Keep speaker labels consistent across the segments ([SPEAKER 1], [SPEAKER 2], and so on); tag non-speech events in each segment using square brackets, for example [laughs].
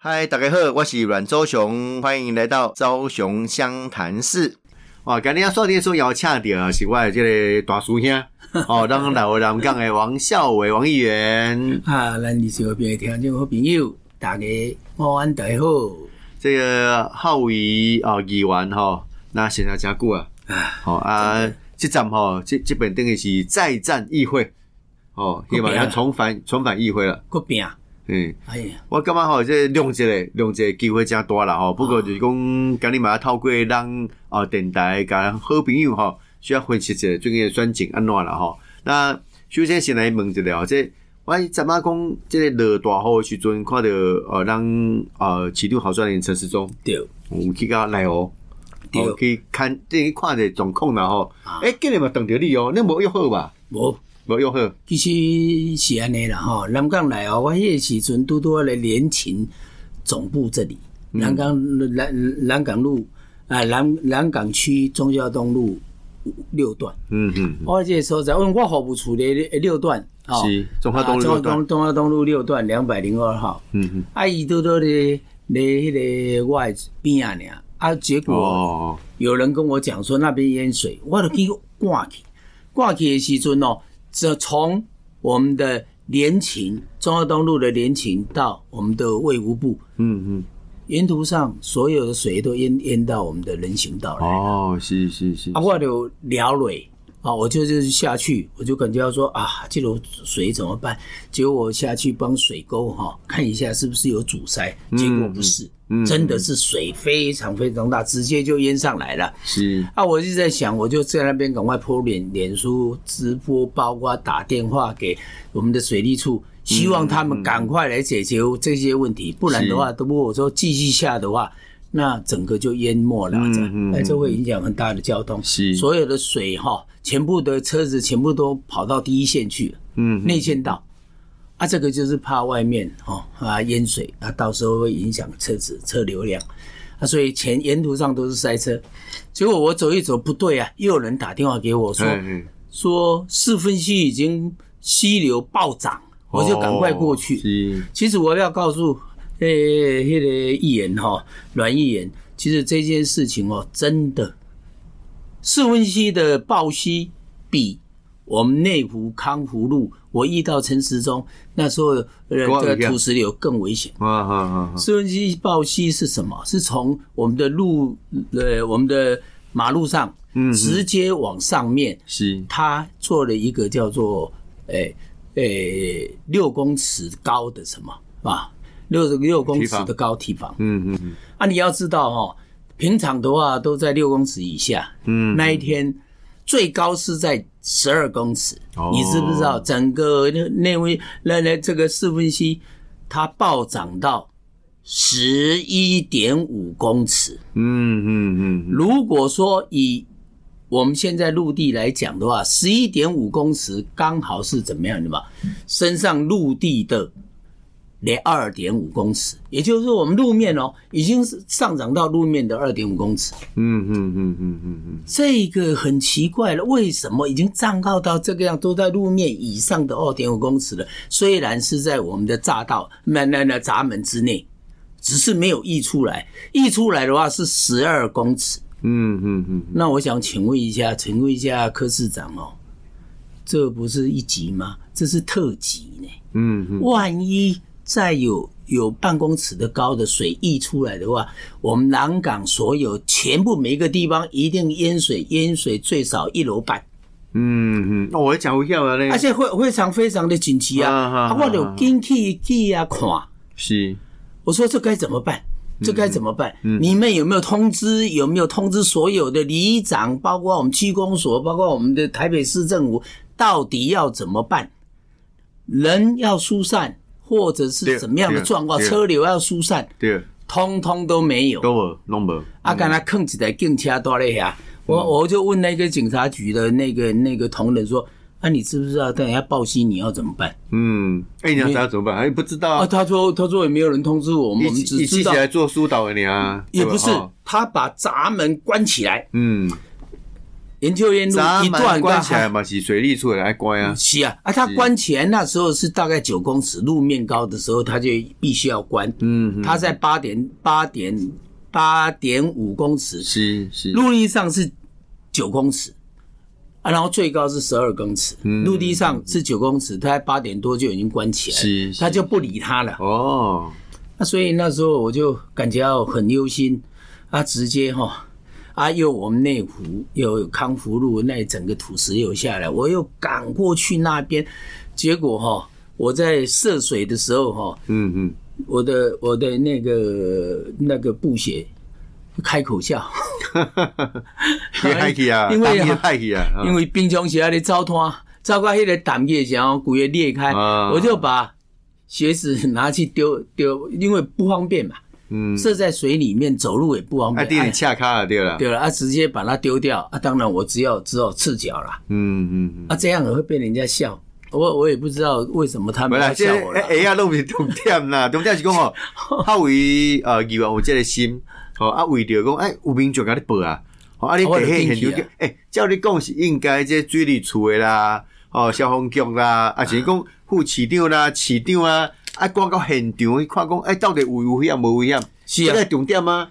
[SPEAKER 1] 嗨，大家好，我是阮周雄，欢迎来到周雄湘潭市。哦，今天说的说要请到的是我的这个大叔兄，哦，咱们老南港的王孝伟王议员。
[SPEAKER 2] 啊，咱二小边听众好朋友，大家午安，大家好。
[SPEAKER 1] 这个浩伟哦，议员吼、那闲了真久啊。好、啊，这站吼、这这本等于是再战议会，哦，希望要重返重返议会了。
[SPEAKER 2] 国拼，
[SPEAKER 1] 嗯，
[SPEAKER 2] 哎呀，
[SPEAKER 1] 我感觉吼、这量一个量一个机会真大啦吼、不过就是讲，
[SPEAKER 2] 哦
[SPEAKER 1] 今日嘛透过咱哦电台甲咱好朋友吼、需要分析一下最近的选情安怎啦吼、那首先先来问一下吼，这我怎么讲？这个落大雨的时阵，看到呃咱呃市长候选人陈时中。
[SPEAKER 2] 对，
[SPEAKER 1] 有去到内湖，
[SPEAKER 2] 对
[SPEAKER 1] 哦去看，等于看者状况啦吼
[SPEAKER 2] 啊。
[SPEAKER 1] 诶，今日嘛撞着你哦，你无约好吧？
[SPEAKER 2] 无，
[SPEAKER 1] 无约好，
[SPEAKER 2] 其实是安尼啦吼。南港来哦，我迄个时阵拄拄好来联勤总部这里，南港南南港路啊，南南港区中孝东路六段。
[SPEAKER 1] 嗯嗯，
[SPEAKER 2] 我这个所在，因为我服务处的六段，哦
[SPEAKER 1] 是中华东路
[SPEAKER 2] 啊
[SPEAKER 1] 六段
[SPEAKER 2] 中中华东路六段两百零二号。
[SPEAKER 1] 嗯嗯，
[SPEAKER 2] 啊，伊都都咧咧迄个我的边啊尔，啊，结果
[SPEAKER 1] 哦，
[SPEAKER 2] 有人跟我讲说那边淹水，我就去挂去，挂去的时阵哦，这从我们的联勤中华东路的联勤到我们的卫武部，
[SPEAKER 1] 嗯嗯，
[SPEAKER 2] 沿途上所有的水都淹淹到我们的人行道了。
[SPEAKER 1] 哦，是是是
[SPEAKER 2] 啊，，我就聊累啊，我就就是下去，我就感觉到说啊，这种水怎么办？结果我下去帮水沟哈、看一下是不是有阻塞，结果不是，
[SPEAKER 1] 嗯嗯
[SPEAKER 2] 真的是水非常非常大，直接就淹上来了。
[SPEAKER 1] 是，
[SPEAKER 2] 啊，我就在想，我就在那边赶快铺脸脸书直播，包括打电话给我们的水利处，希
[SPEAKER 1] 嗯
[SPEAKER 2] 望他们赶快来解决这些问题，不然的话，如果我说继续下的话，那整个就淹没了，这
[SPEAKER 1] 嗯嗯
[SPEAKER 2] 哎，这会影响很大的交通，
[SPEAKER 1] 是
[SPEAKER 2] 所有的水哈，全部的车子全部都跑到第一线去了，
[SPEAKER 1] 嗯，
[SPEAKER 2] 内线道。啊，这个就是怕外面哦啊淹水啊，到时候会影响车子车流量啊，所以前沿途上都是塞车。结果我走一走不对啊，又有人打电话给我说
[SPEAKER 1] 嗯嗯
[SPEAKER 2] 说四分溪已经溪流暴涨，我就赶快过
[SPEAKER 1] 哦
[SPEAKER 2] 去。
[SPEAKER 1] 是，
[SPEAKER 2] 其实我要告诉呃那个议员哈，阮议员，其实这件事情哦，真的四分溪的暴溪比我们内湖康福路，我遇到陈时中那时候呃
[SPEAKER 1] 多
[SPEAKER 2] 这个
[SPEAKER 1] 一样
[SPEAKER 2] 土石流更危险。
[SPEAKER 1] 啊啊啊，
[SPEAKER 2] 四分之一暴溪是什么？是从我们的路呃我们的马路上，
[SPEAKER 1] 嗯
[SPEAKER 2] 直接往上面，
[SPEAKER 1] 是，
[SPEAKER 2] 它做了一个叫做诶诶六公尺高的什么啊六六公尺的高体房
[SPEAKER 1] 嗯嗯
[SPEAKER 2] 啊！你要知道哦，平常的话都在六公尺以下，
[SPEAKER 1] 嗯，
[SPEAKER 2] 那一天最高是在十二公尺，
[SPEAKER 1] 哦
[SPEAKER 2] 你知不知道？整个那那位那那这个四分析，它暴涨到十一点五公尺。
[SPEAKER 1] 嗯嗯嗯嗯，
[SPEAKER 2] 如果说以我们现在陆地来讲的话，十一点五公尺刚好是怎么样的嘛？身上陆地的连二点五公尺，也就是说我们路面哦，已经是上涨到路面的二点五公尺。
[SPEAKER 1] 嗯嗯嗯嗯嗯嗯，
[SPEAKER 2] 这个很奇怪了，为什么已经涨高到这个样，都在路面以上的二点五公尺了？虽然是在我们的匝道、那那那闸门之内，只是没有溢出来。溢出来的话是十二公尺。
[SPEAKER 1] 嗯嗯嗯，
[SPEAKER 2] 那我想请问一下，请问一下柯市长哦，这不是一级吗？这是特级呢。
[SPEAKER 1] 嗯嗯，
[SPEAKER 2] 万一再有有半公尺的高的水溢出来的话，我们南港所有全部每一个地方一定淹水，淹水最少一楼半，
[SPEAKER 1] 嗯嗯，哦，我讲有晓啊咧
[SPEAKER 2] 而，且会非常非常的紧急啊！
[SPEAKER 1] 啊啊
[SPEAKER 2] 啊
[SPEAKER 1] 啊
[SPEAKER 2] 我就进去去啊看，
[SPEAKER 1] 是，
[SPEAKER 2] 我说这该怎么办？
[SPEAKER 1] 嗯
[SPEAKER 2] 这该怎么办？你们有没有通知？有没有通知所有的里长，包括我们区公所，包括我们的台北市政府，到底要怎么办？人要疏散，或者
[SPEAKER 1] 对
[SPEAKER 2] 是怎么样的
[SPEAKER 1] 对
[SPEAKER 2] 状况？
[SPEAKER 1] 对
[SPEAKER 2] 车流要疏散，
[SPEAKER 1] 对，
[SPEAKER 2] 通通都没有。
[SPEAKER 1] 都无，拢无，
[SPEAKER 2] 啊，刚才坑起来警车多嘞呀！啊我
[SPEAKER 1] 嗯
[SPEAKER 2] 我就问那个警察局的那个那个同仁说：“啊，你知不知道等一下报息你要怎么办
[SPEAKER 1] 嗯，哎，你要怎怎么办？哎，不知？”道
[SPEAKER 2] 啊，
[SPEAKER 1] 啊，
[SPEAKER 2] 他说他说也没有人通知我们，
[SPEAKER 1] 一
[SPEAKER 2] 我们
[SPEAKER 1] 起一起
[SPEAKER 2] 只知
[SPEAKER 1] 起
[SPEAKER 2] 道
[SPEAKER 1] 来做疏导的你啊，
[SPEAKER 2] 也不是
[SPEAKER 1] 对吧哦
[SPEAKER 2] 他把闸门关起来，
[SPEAKER 1] 嗯，
[SPEAKER 2] 研究院路
[SPEAKER 1] 闸
[SPEAKER 2] 一段
[SPEAKER 1] 门关
[SPEAKER 2] 到
[SPEAKER 1] 起来
[SPEAKER 2] 海。
[SPEAKER 1] 嘛，是水利处的来关啊。
[SPEAKER 2] 是啊，啊，它关起来那时候是大概九公尺，路面高的时候，它就必须要关。
[SPEAKER 1] 嗯，
[SPEAKER 2] 它在八点八点八点五公尺，
[SPEAKER 1] 是是，
[SPEAKER 2] 陆地上是九公尺，啊，然后最高是十二公尺，
[SPEAKER 1] 嗯
[SPEAKER 2] 陆地上是九公尺，它八点多就已经关起来了，
[SPEAKER 1] 是是
[SPEAKER 2] 他就不理它了。
[SPEAKER 1] 哦，
[SPEAKER 2] 那所以那时候我就感觉到很忧心，啊，直接哈，啊，又我们内湖又有康福路那一整个土石流下来，我又赶过去那边，结果哈，我在涉水的时候哈，
[SPEAKER 1] 嗯嗯，
[SPEAKER 2] 我的我的那个那个布鞋开口笑，
[SPEAKER 1] [laughs] 也害去啊，
[SPEAKER 2] [laughs] 因为
[SPEAKER 1] 也害去啊，
[SPEAKER 2] 因为冰箱鞋咧糟摊，糟到迄个胆液然后骨也裂开，
[SPEAKER 1] 啊
[SPEAKER 2] 我就把鞋子拿去丢丢，因为不方便嘛，
[SPEAKER 1] 嗯，
[SPEAKER 2] 射在水里面走路也不方
[SPEAKER 1] 啊，
[SPEAKER 2] 便。
[SPEAKER 1] 地
[SPEAKER 2] 哎
[SPEAKER 1] 人恰卡了对了，
[SPEAKER 2] 对了，啊，直接把它丢掉啊！当然，我只有只有赤脚啦，
[SPEAKER 1] 嗯嗯嗯，
[SPEAKER 2] 啊，这样也会被人家笑。我我也不知道为什么他
[SPEAKER 1] 本
[SPEAKER 2] 们
[SPEAKER 1] 来
[SPEAKER 2] 要
[SPEAKER 1] 这
[SPEAKER 2] 笑我了。
[SPEAKER 1] 哎呀，拢是重点啦，重点是讲
[SPEAKER 2] [laughs]
[SPEAKER 1] 哦，他为呃议员有这个心，哦啊为着讲哎有民众甲你报啊，哦啊你第一现场，哎照你讲是应该这水利处的啦，哦消防局啦，啊是讲副市长啦、市长啊，啊赶到现场去看讲哎到底有危险无危险，这个重点啊，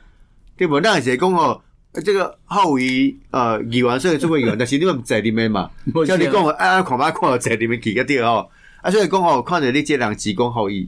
[SPEAKER 1] 对无？咱也是讲哦。这个浩为呃，议员虽然做过议员，但是你们在里面 [laughs] 嘛，照你讲，啊，看吧，看在里面去个对哦。啊，所以讲吼，看着你这人鞠躬好义，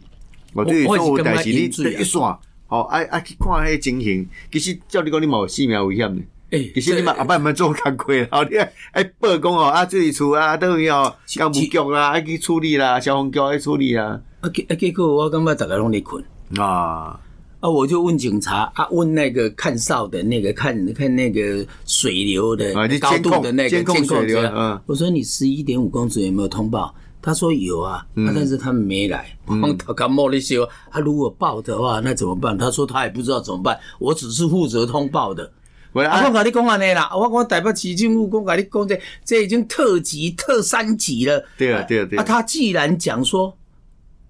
[SPEAKER 1] 我对于所有代志你得一线，吼，啊啊去看迄情形，其实照你讲你嘛有性命危险的，
[SPEAKER 2] 哎
[SPEAKER 1] 其实你嘛啊阿爸毋免做工课啦， [laughs] 吼，你爱报讲吼，啊水利处啊，倒去吼，
[SPEAKER 2] 是
[SPEAKER 1] 干部局啦，爱去处理啦，消防局爱处理啦，
[SPEAKER 2] 啊结啊结果我感觉大家拢在困
[SPEAKER 1] 啊，
[SPEAKER 2] 啊，我就问警察啊，问那个看哨的那个看看那个水流的
[SPEAKER 1] 啊就
[SPEAKER 2] 高
[SPEAKER 1] 监控
[SPEAKER 2] 度的那个
[SPEAKER 1] 监控水流
[SPEAKER 2] 者
[SPEAKER 1] 嗯
[SPEAKER 2] 我说你十一点五公尺有没有通报？他说有啊，
[SPEAKER 1] 嗯
[SPEAKER 2] 啊但是他们没来，光头感冒那些。他啊如果报的话，那怎么办？他说他也不知道怎么办，我只是负责通报的。
[SPEAKER 1] 我
[SPEAKER 2] 啊，我
[SPEAKER 1] 啊，
[SPEAKER 2] 跟你讲安尼啦，我讲台北市政府讲跟你讲这，这已经特级、特三级了。
[SPEAKER 1] 对啊对啊对啊
[SPEAKER 2] 啊，他既然讲说，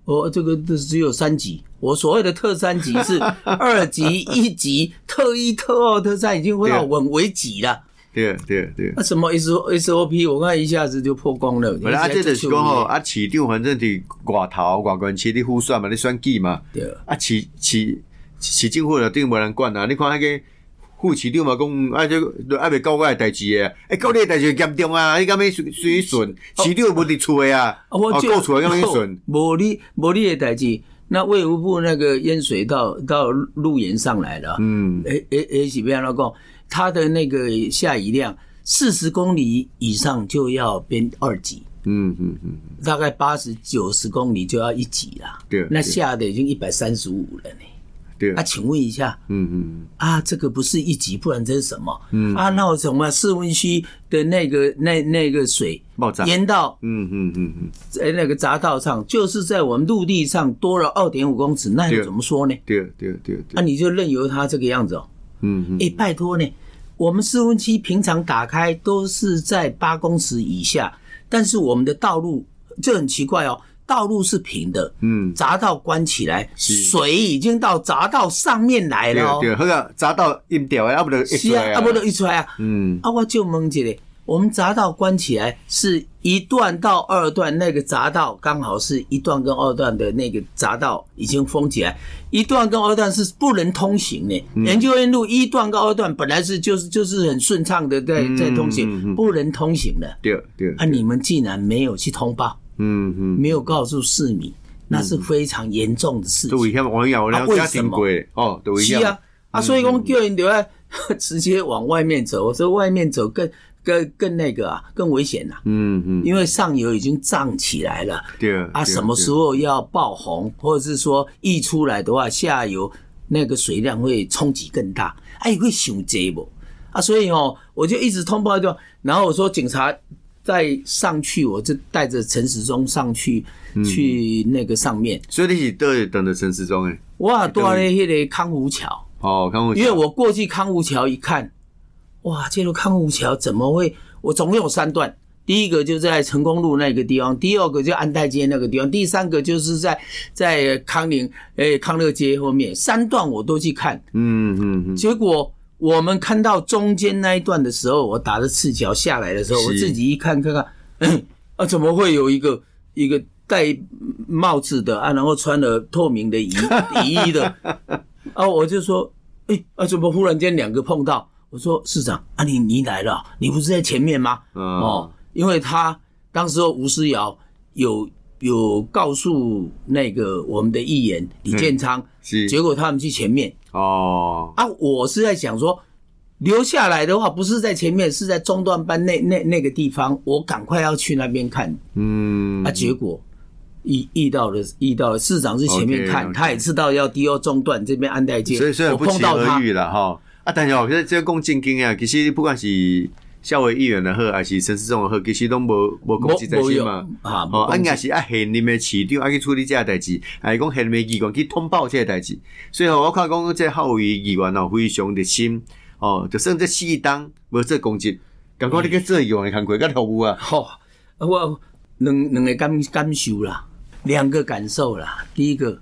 [SPEAKER 2] 我、这个这只有三级，我所谓的特三级
[SPEAKER 1] [laughs]
[SPEAKER 2] 是二级、一级、特一、特二、特三，已经回到
[SPEAKER 1] 对啊
[SPEAKER 2] 稳为级了。
[SPEAKER 1] 对啊对对。
[SPEAKER 2] 那、什么 S O S O P，我看一下子就破功了。
[SPEAKER 1] 本来啊，
[SPEAKER 2] 一下
[SPEAKER 1] 这就是
[SPEAKER 2] 就
[SPEAKER 1] 讲吼，
[SPEAKER 2] 有
[SPEAKER 1] 啊，市长反正伫外头外县市你互选嘛，你选举嘛，
[SPEAKER 2] 对
[SPEAKER 1] 啊，市市市政府就顶无人管啊！你看迄个副市长嘛，讲啊，这啊未到我诶代志诶，诶，到你诶代志严重啊！你敢要随随顺？市长无伫厝诶啊，
[SPEAKER 2] 啊哦我
[SPEAKER 1] 哦，
[SPEAKER 2] 就
[SPEAKER 1] 到厝诶敢要
[SPEAKER 2] [laughs]
[SPEAKER 1] 顺？
[SPEAKER 2] 无你无你的代志，那卫福部那个淹水到到路沿上来了。
[SPEAKER 1] 嗯，
[SPEAKER 2] 诶诶诶，是不要那讲，它的那个下雨量四十公里以上就要变二级，
[SPEAKER 1] 嗯嗯嗯，
[SPEAKER 2] 大概八十九十公里就要一级啦。
[SPEAKER 1] 对
[SPEAKER 2] 那
[SPEAKER 1] 对
[SPEAKER 2] 下的已经一百三十五了呢。
[SPEAKER 1] 对，
[SPEAKER 2] 啊，请问一下
[SPEAKER 1] 嗯嗯
[SPEAKER 2] 啊，这个不是一级，不然这是什么？嗯啊，那我什么室温区的那个那那个水
[SPEAKER 1] 爆炸
[SPEAKER 2] 淹到
[SPEAKER 1] 嗯嗯嗯嗯，
[SPEAKER 2] 呃那个匝道上，就是在我们陆地上多了二点五公尺，那又
[SPEAKER 1] 对
[SPEAKER 2] 怎么说呢？
[SPEAKER 1] 对对对对，
[SPEAKER 2] 那、啊、你就任由它这个样子哦。
[SPEAKER 1] 嗯嗯
[SPEAKER 2] 哎、拜托呢，我们室温区平常打开都是在八公尺以下，但是我们的道路这很奇怪哦，道路是平的，
[SPEAKER 1] 嗯，
[SPEAKER 2] 匝道关起来，水已经到匝道上面来
[SPEAKER 1] 对
[SPEAKER 2] 了、哦，
[SPEAKER 1] 对，好啊，砸到阴掉诶，啊不得一
[SPEAKER 2] 是啊，啊不都一出来啊，
[SPEAKER 1] 嗯，
[SPEAKER 2] 啊我就问一下，我们匝道关起来是一段到二段，那个匝道刚好是一段跟二段的那个匝道已经封起来，一段跟二段是不能通行的。
[SPEAKER 1] 嗯
[SPEAKER 2] 研究院路一段跟二段本来是就是就是很顺畅的在在通
[SPEAKER 1] 嗯嗯
[SPEAKER 2] 行，
[SPEAKER 1] 嗯
[SPEAKER 2] 不能通行的。
[SPEAKER 1] 对对，
[SPEAKER 2] 啊，你们竟然没有去通报，
[SPEAKER 1] 嗯嗯。
[SPEAKER 2] 没有告诉市民，那是非常严重的事
[SPEAKER 1] 都
[SPEAKER 2] 情。
[SPEAKER 1] 危险，我讲我了
[SPEAKER 2] 啊为
[SPEAKER 1] 家
[SPEAKER 2] 什
[SPEAKER 1] 庭
[SPEAKER 2] 么
[SPEAKER 1] 贵哦，都危
[SPEAKER 2] 是
[SPEAKER 1] 险。
[SPEAKER 2] 啊，啊，所以
[SPEAKER 1] 嗯
[SPEAKER 2] 讲叫人留在 [laughs] 直接往外面走，我说外面走更更更那个啊，更危险呐、
[SPEAKER 1] 嗯嗯，
[SPEAKER 2] 因为上游已经涨起来了
[SPEAKER 1] 对
[SPEAKER 2] 啊，
[SPEAKER 1] 对
[SPEAKER 2] 什么
[SPEAKER 1] 对
[SPEAKER 2] 时候要爆红，或者是说溢出来的话，下游那个水量会冲击更大，哎、会想这不？啊，所以哦，我就一直通报就，然后我说警察再上去，我就带着陈时中上去、去那个上面，
[SPEAKER 1] 所以你是都等着陈时中诶。
[SPEAKER 2] 哇，住在那个康湖桥。
[SPEAKER 1] 哦，看我
[SPEAKER 2] 因为我过去康湖桥一看，哇，这个康湖桥怎么会？我总共有三段，第一个就在成功路那个地方，第二个就安泰街那个地方，第三个就是在在康宁诶、康乐街后面，三段我都去看，
[SPEAKER 1] 嗯嗯嗯，
[SPEAKER 2] 结果我们看到中间那一段的时候，我打着赤脚下来的时候，
[SPEAKER 1] 是
[SPEAKER 2] 我自己一看，看看，嗯啊，怎么会有一个一个戴帽子的啊，然后穿了透明
[SPEAKER 1] [laughs]
[SPEAKER 2] 的衣底衣的啊，我就说，哎、啊，怎么忽然间两个碰到？我说市长啊你，你来了啊，你不是在前面吗？
[SPEAKER 1] 嗯
[SPEAKER 2] 哦，因为他当时候吴思瑶有有告诉那个我们的议员李建昌，
[SPEAKER 1] 嗯是
[SPEAKER 2] 结果他们去前面，
[SPEAKER 1] 哦，
[SPEAKER 2] 啊，我是在想说，留下来的话不是在前面，是在中段班那那那个地方，我赶快要去那边看
[SPEAKER 1] 嗯
[SPEAKER 2] 啊，结果。遇遇到了，遇到了市长是前面
[SPEAKER 1] OK，
[SPEAKER 2] 看
[SPEAKER 1] OK
[SPEAKER 2] 他也知道要 DO 中段这边安代街，
[SPEAKER 1] 所以虽然
[SPEAKER 2] 我
[SPEAKER 1] 不
[SPEAKER 2] 碰
[SPEAKER 1] 期
[SPEAKER 2] 到
[SPEAKER 1] 而
[SPEAKER 2] 他，
[SPEAKER 1] 遇啦吼。啊，但是哦，这这讲正经啊，其实不管是校委议员的好，还是陈市长的好，其实拢无无
[SPEAKER 2] 没
[SPEAKER 1] 攻击在
[SPEAKER 2] 没
[SPEAKER 1] 心
[SPEAKER 2] 有
[SPEAKER 1] 嘛。
[SPEAKER 2] 啊，
[SPEAKER 1] 哦，啊，
[SPEAKER 2] 没
[SPEAKER 1] 应
[SPEAKER 2] 讲
[SPEAKER 1] 该是啊，现任的市长啊去处理这个代志，还是讲现任的议员去通报这个代志。所以吼、我看讲这校委议员哦，非常热心哦，就算这四当无这攻击，感觉你去做议员的工作，甲服务啊。
[SPEAKER 2] 吼、我两两个感感受啦，两个感受啦。第一个，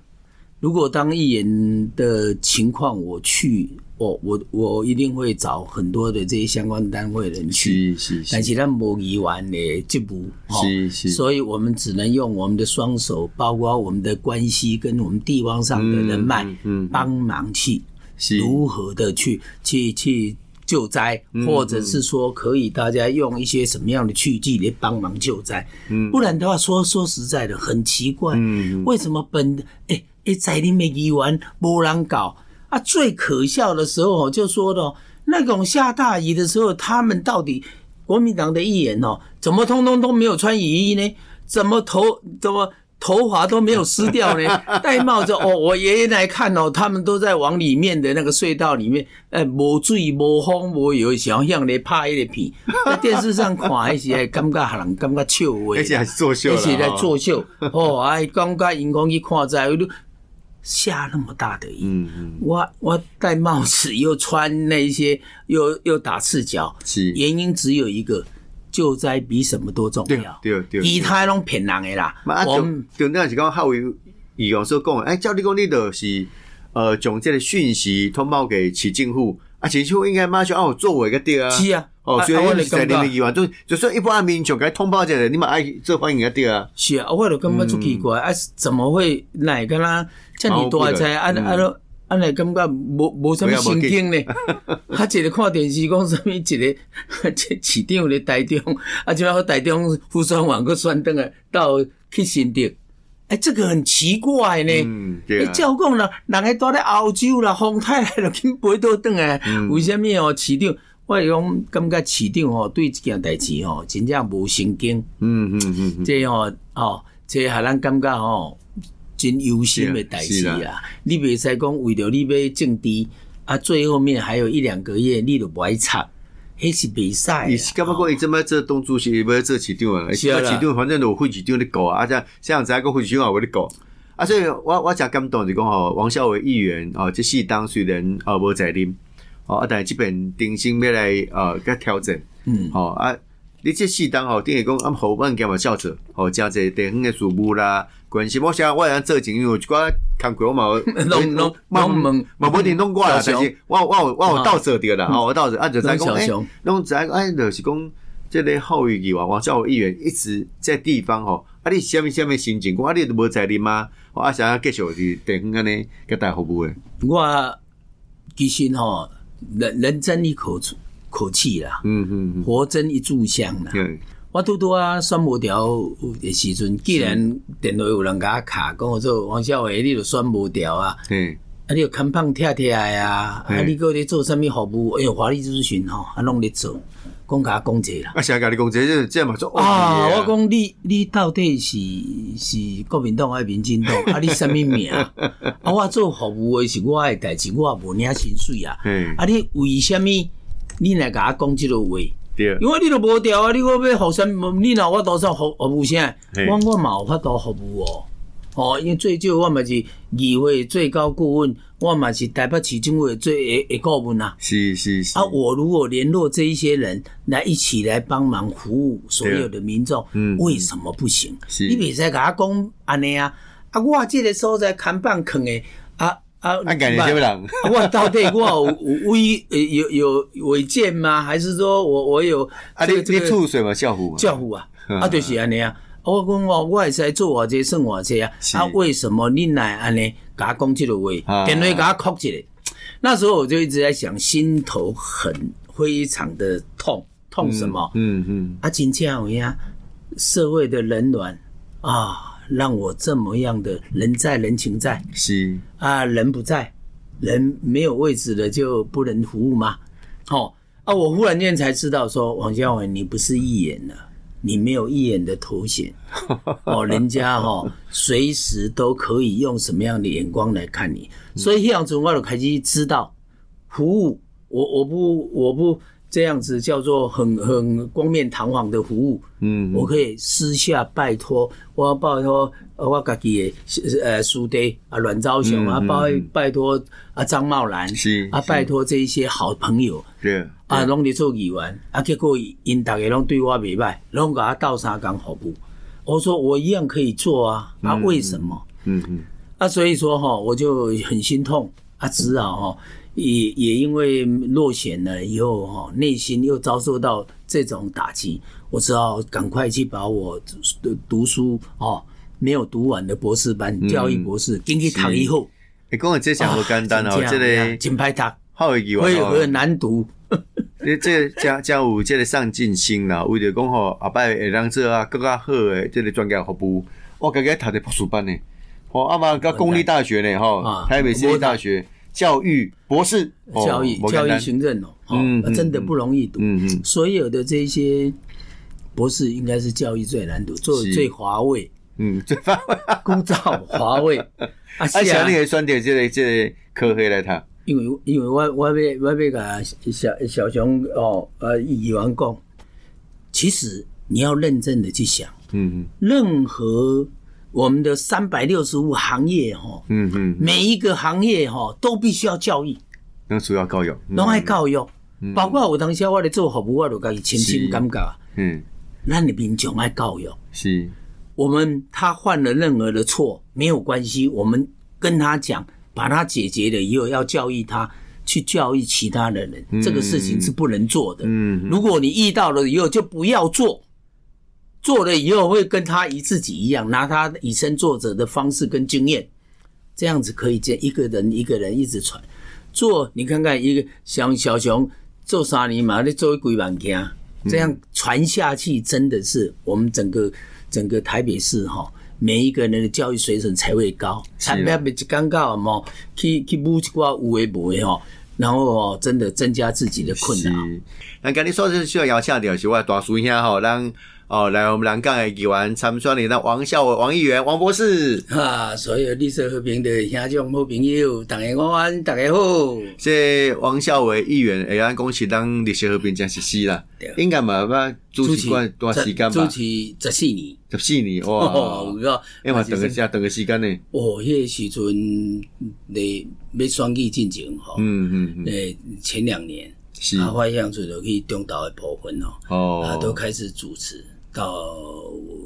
[SPEAKER 2] 如果当议员的情况，我去，我我我一定会找很多的这些相关单位的人去。
[SPEAKER 1] 是是
[SPEAKER 2] 但
[SPEAKER 1] 是
[SPEAKER 2] 是咱无议员的这步，吼
[SPEAKER 1] 是是
[SPEAKER 2] 所以我们只能用我们的双手，包括我们的关系跟我们地方上的人脉
[SPEAKER 1] 嗯嗯嗯，
[SPEAKER 2] 帮、忙去
[SPEAKER 1] 是
[SPEAKER 2] 如何的去去去救灾，
[SPEAKER 1] 嗯
[SPEAKER 2] 或者是说可以大家用一些什么样的去剂来帮忙救灾。
[SPEAKER 1] 嗯
[SPEAKER 2] 不然的话，说说实在的，很奇怪，
[SPEAKER 1] 嗯嗯
[SPEAKER 2] 为什么本哎哎在你没议完没人搞啊？最可笑的时候哦就说的哦那种下大雨的时候，他们到底国民党的议员哦，怎么通通都没有穿雨衣呢？怎么头怎么？头发都没有湿
[SPEAKER 1] [laughs]
[SPEAKER 2] 掉呢，戴帽子哦。我爷爷来看哦，他们都在往里面的那个隧道里面，哎，无水无风无油，想像咧拍一个片，在电视上看那是感觉让人感觉笑话。
[SPEAKER 1] 而且还是作秀
[SPEAKER 2] 而
[SPEAKER 1] 啦，
[SPEAKER 2] 且在
[SPEAKER 1] 吼
[SPEAKER 2] 作秀。哦，哎，感觉因讲去看灾，我就下那么大的雨，
[SPEAKER 1] 嗯嗯
[SPEAKER 2] 我我戴帽子又穿那些，又又打赤脚，
[SPEAKER 1] 是
[SPEAKER 2] 原因只有一个，救灾比什么都重
[SPEAKER 1] 对
[SPEAKER 2] 要。
[SPEAKER 1] 对对，
[SPEAKER 2] 其他拢骗人的啦
[SPEAKER 1] 嘛，啊，，
[SPEAKER 2] 我
[SPEAKER 1] 重
[SPEAKER 2] 们
[SPEAKER 1] 重点是讲校友议员所讲的，哎，照你讲，你就是呃，将这个讯息通报给市政府，啊，市政府应该马上要有作为个对啊。
[SPEAKER 2] 是啊
[SPEAKER 1] 哦，
[SPEAKER 2] 啊
[SPEAKER 1] 所以
[SPEAKER 2] 啊我
[SPEAKER 1] 你
[SPEAKER 2] 就是
[SPEAKER 1] 在
[SPEAKER 2] 感
[SPEAKER 1] 你
[SPEAKER 2] 觉
[SPEAKER 1] 们议员，就就算一般民众该通报一下，你嘛爱做反应个对啊。
[SPEAKER 2] 是啊，我就感觉出奇
[SPEAKER 1] 嗯
[SPEAKER 2] 怪，啊，怎么会哪个啦？这么大灾，啊
[SPEAKER 1] 嗯
[SPEAKER 2] 啊都啊，来感觉无无什么神经呢？ [laughs] 啊，一个看电视讲什么，一个 [laughs] 一个市长咧台中，啊，即摆台中副选员佫选登来啊到去新竹，哎，这个很奇怪呢。
[SPEAKER 1] 嗯，对
[SPEAKER 2] 欸
[SPEAKER 1] 啊。
[SPEAKER 2] 照讲啦，人个住咧澳洲啦，风太来就紧飞倒转来。啊
[SPEAKER 1] 嗯
[SPEAKER 2] 为什么哦？市长，我是讲感觉市长哦，对这件代志哦，真正无神经。
[SPEAKER 1] 嗯嗯嗯嗯，
[SPEAKER 2] 这吼、哦，这下咱感觉吼、真忧心的代志
[SPEAKER 1] 是
[SPEAKER 2] 啊！你袂使讲为着你要政治啊，最后面还有一两个月，你就不爱插，迄是袂使啊。
[SPEAKER 1] 你是干嘛讲伊这么做东主席，不要做市长啊？
[SPEAKER 2] 是啊啦
[SPEAKER 1] 市长反正都有副市长咧搞啊，啊，这样这样子还讲副市长也有咧搞。啊，所以我我诚感动就是讲吼，王孝伟议员哦，即四当虽然哦无在啉，哦啊，但是即边定心要来呃甲调整，
[SPEAKER 2] 嗯，
[SPEAKER 1] 吼、啊，你即四当吼，等于讲啊，好万件嘛照做，吼、诚侪地方的事务啦，关心我想我人做钱，因为有一寡工课我嘛
[SPEAKER 2] [laughs]
[SPEAKER 1] 有
[SPEAKER 2] 拢拢拢问
[SPEAKER 1] 嘛无定拢我啦，
[SPEAKER 2] 小
[SPEAKER 1] 但
[SPEAKER 2] 熊
[SPEAKER 1] 是我有我有我
[SPEAKER 2] 啊
[SPEAKER 1] 有到做着啦，吼、我到做啊，就知
[SPEAKER 2] 拢
[SPEAKER 1] 讲
[SPEAKER 2] 小
[SPEAKER 1] 诶。
[SPEAKER 2] 熊，
[SPEAKER 1] 拢知影哎，就是讲，即个后裔议员、王兆伟议员一直在地方吼，啊，你虾米虾米心情？讲啊，你都无在你吗？我啊，想要继续伫地方安尼甲大家服务诶。
[SPEAKER 2] 我其实吼、人人争一口口气啦，
[SPEAKER 1] 嗯嗯
[SPEAKER 2] 活争一炷香啦。
[SPEAKER 1] 嗯，
[SPEAKER 2] 我拄拄啊选无掉的时阵，既然电话有人甲我卡，讲我做王小伟，你就选无掉啊。
[SPEAKER 1] 嘿，
[SPEAKER 2] 啊，你有看胖拆拆的啊，啊，
[SPEAKER 1] 嘿
[SPEAKER 2] 你搁咧做啥物服务？哎呦，华丽咨询吼，啊，拢咧做，讲甲我讲者啦。
[SPEAKER 1] 啊，想甲你讲，这这这嘛做
[SPEAKER 2] 啊，我讲你你到底是是国民党还是民
[SPEAKER 1] [laughs]
[SPEAKER 2] 进党？啊，你啥物名？啊，我做服务的是我的代志，我也无领薪水啊
[SPEAKER 1] 嘿。
[SPEAKER 2] 啊，你为什么你来甲我讲即个话？
[SPEAKER 1] 对，
[SPEAKER 2] 因为你都无调啊，你我要服啥物？你若我多少服服务啥
[SPEAKER 1] 嘿？
[SPEAKER 2] 我我嘛有法度服务哦。哦，因为最少我嘛是议会最高顾问，我嘛是台北市政府的最的的顾问啊。
[SPEAKER 1] 是是是
[SPEAKER 2] 啊，我如果联络这一些人来一起来帮忙服务所有的民众，
[SPEAKER 1] 嗯
[SPEAKER 2] 为什么不行？
[SPEAKER 1] 是
[SPEAKER 2] 你袂使甲我讲安尼啊！啊，我这个所在看板坑的啊啊，
[SPEAKER 1] 啊，感觉
[SPEAKER 2] 怎
[SPEAKER 1] 什么
[SPEAKER 2] 么办
[SPEAKER 1] 人？
[SPEAKER 2] 啊 [laughs] 我到底我有有违呃有有违建吗？还是说我我有
[SPEAKER 1] 啊，
[SPEAKER 2] 这
[SPEAKER 1] 你
[SPEAKER 2] 个这
[SPEAKER 1] 你嗯
[SPEAKER 2] 个
[SPEAKER 1] 厝水嘛，教父嘛，
[SPEAKER 2] 教父啊？啊，就是安尼啊。我讲我我会使做偌济算偌济啊，
[SPEAKER 1] 是
[SPEAKER 2] 啊为什么你来安尼甲我讲即个话
[SPEAKER 1] 啊，
[SPEAKER 2] 电话甲我哭一下？那时候我就一直在想，心头很非常的痛，痛什么？
[SPEAKER 1] 嗯嗯，
[SPEAKER 2] 啊，真正有影，社会的冷暖啊，让我这么样的人在人情在
[SPEAKER 1] 是，
[SPEAKER 2] 啊，人不在，人没有位置了就不能服务吗？哦啊，我忽然间才知道说，王家伟你不是艺人了，你没有艺人的头衔哦，人家哦随时都可以用什么样的眼光来看你，所以样子我就开始知道服务，我我不我不这样子叫做很很光面堂皇的服务，
[SPEAKER 1] 嗯，
[SPEAKER 2] 我可以私下拜托，我拜托呃我家己的呃师弟啊阮昭雄啊，拜拜托啊张茂兰
[SPEAKER 1] 嗯是
[SPEAKER 2] 啊
[SPEAKER 1] 是
[SPEAKER 2] 拜托这一些好朋友
[SPEAKER 1] 对，
[SPEAKER 2] 啊，拢伫做议员啊，结果因大家拢对我袂歹，拢甲我斗相共服务。我说我一样可以做啊，啊为什么？
[SPEAKER 1] 嗯嗯，
[SPEAKER 2] 啊，所以说哈，我就很心痛啊，只好哈，也也因为落选了以后哈，内心又遭受到这种打击，我只好赶快去把我读读书哦没有读完的博士班、教育博士，进去读以后，
[SPEAKER 1] 你讲的嗯这项不简单哦，
[SPEAKER 2] 啊
[SPEAKER 1] 这
[SPEAKER 2] 真正啊
[SPEAKER 1] 个
[SPEAKER 2] 真歹读，
[SPEAKER 1] 好有意外
[SPEAKER 2] 会
[SPEAKER 1] 哦
[SPEAKER 2] 会难读。
[SPEAKER 1] 你这真真有这个上进心啦，为着讲吼，后摆会当做啊更较好诶，这个专业服务。我家己读的博士班呢，吼，阿妈个公立大学呢，吼
[SPEAKER 2] 啊，
[SPEAKER 1] 台北市立大学教育博士，哦
[SPEAKER 2] 教育
[SPEAKER 1] 不简
[SPEAKER 2] 教
[SPEAKER 1] 单
[SPEAKER 2] 育行政哦，哦
[SPEAKER 1] 嗯嗯
[SPEAKER 2] 真的不容易读。
[SPEAKER 1] 嗯嗯
[SPEAKER 2] 所有的这些博士应该是教育最难读，最
[SPEAKER 1] 是
[SPEAKER 2] 最华味、
[SPEAKER 1] 嗯，最烦。
[SPEAKER 2] 枯燥、华
[SPEAKER 1] [laughs]
[SPEAKER 2] 味。啊，
[SPEAKER 1] 啊，
[SPEAKER 2] 是
[SPEAKER 1] 像
[SPEAKER 2] 啊
[SPEAKER 1] 你，会选择这个这个科系来读，
[SPEAKER 2] 因为因为我我要我要甲小小熊哦呃议员讲，其实你要认真的去想，
[SPEAKER 1] 嗯
[SPEAKER 2] 任何我们的三百六十五行业哦，
[SPEAKER 1] 嗯嗯嗯，
[SPEAKER 2] 每一个行业哦都必须要教育。
[SPEAKER 1] 那主要教育，嗯
[SPEAKER 2] 拢爱，教育，包括有当时啊我咧做服务，我就家己亲身感觉，
[SPEAKER 1] 嗯，
[SPEAKER 2] 咱的民众爱教育。
[SPEAKER 1] 是，
[SPEAKER 2] 我们他犯了任何的错没有关系，我们跟他讲，把他解决了以后，要教育他去教育其他的人，这个事情是不能做的。
[SPEAKER 1] 嗯
[SPEAKER 2] 如果你遇到了以后，就不要做。做了以后会跟他以自己一样，拿他以身作则的方式跟经验，这样子可以见一个人一个人一直传。做你看看一个像小熊做三年嘛，你做几万件，这样传下去真的是我们整个整个台北市哈，每一个人的教育水准才会
[SPEAKER 1] 啊
[SPEAKER 2] 高。才不要被尴尬嘛，去去补一寡有的无的吼，然后哦真的增加自己的困
[SPEAKER 1] 是
[SPEAKER 2] 扰。，
[SPEAKER 1] 咱今日所需要邀请到是我的大叔兄吼，咱哦来我们南港的议员参选的咱王孝伟王议员王博士，
[SPEAKER 2] 啊，所有绿色和平的兄长好朋友，大家晚安，大家好。
[SPEAKER 1] 这王孝伟议员会咱讲是咱历史和平真实施啦
[SPEAKER 2] 对，
[SPEAKER 1] 应该嘛吧主持过段时间
[SPEAKER 2] 主
[SPEAKER 1] 吧，
[SPEAKER 2] 持十四年，
[SPEAKER 1] 十四年
[SPEAKER 2] 哦，
[SPEAKER 1] 哇
[SPEAKER 2] 有，个，
[SPEAKER 1] 哎嘛等个下等个时间呢，
[SPEAKER 2] 哦，迄个时阵咧要选举进前吼，
[SPEAKER 1] 嗯嗯嗯，
[SPEAKER 2] 诶、前两年
[SPEAKER 1] 是
[SPEAKER 2] 哦啊，发现出就去中岛的部分哦，啊，都
[SPEAKER 1] 哦，
[SPEAKER 2] 开始主持，到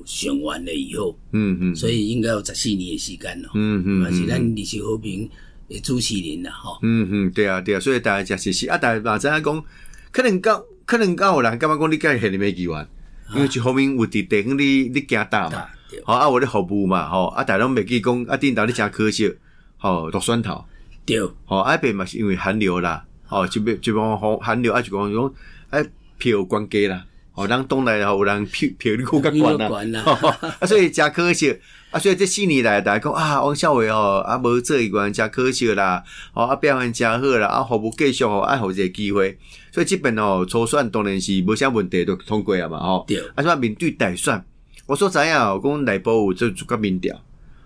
[SPEAKER 2] 选完了以后，
[SPEAKER 1] 嗯嗯，
[SPEAKER 2] 所以应该有十四年的时间咯，
[SPEAKER 1] 嗯嗯
[SPEAKER 2] 嘛是咱历史和平的主持人啦吼。
[SPEAKER 1] 嗯嗯，对啊对啊，所以大家真实施啊，但是嘛知影讲，可能到可能到有人感觉讲你介系你咩议员，因为一方面有伫地方你你行大嘛。
[SPEAKER 2] 啊对
[SPEAKER 1] 吼啊，有咧服务嘛，吼啊，大家拢袂记讲啊，顶头你诚可惜，吼落选头，
[SPEAKER 2] 对
[SPEAKER 1] 吼啊，边嘛是因为寒流啦，吼就边就讲吼寒流啊，就讲讲哎票关价啦，吼咱党内吼有人票票你更较悬
[SPEAKER 2] 票悬
[SPEAKER 1] 啦
[SPEAKER 2] 啦，
[SPEAKER 1] 吼 [laughs] 啊，所以诚可惜。啊，所以这四年来，大家讲啊，王孝伟吼，啊无做一关诚可惜啦，吼啊表现诚好啦，啊服务继续吼，啊互一个机会，所以即边吼初选当然是无啥问题，都通过啊嘛吼。
[SPEAKER 2] 对，
[SPEAKER 1] 啊，说面对大选，我所知影哦，讲内部有做做个民调，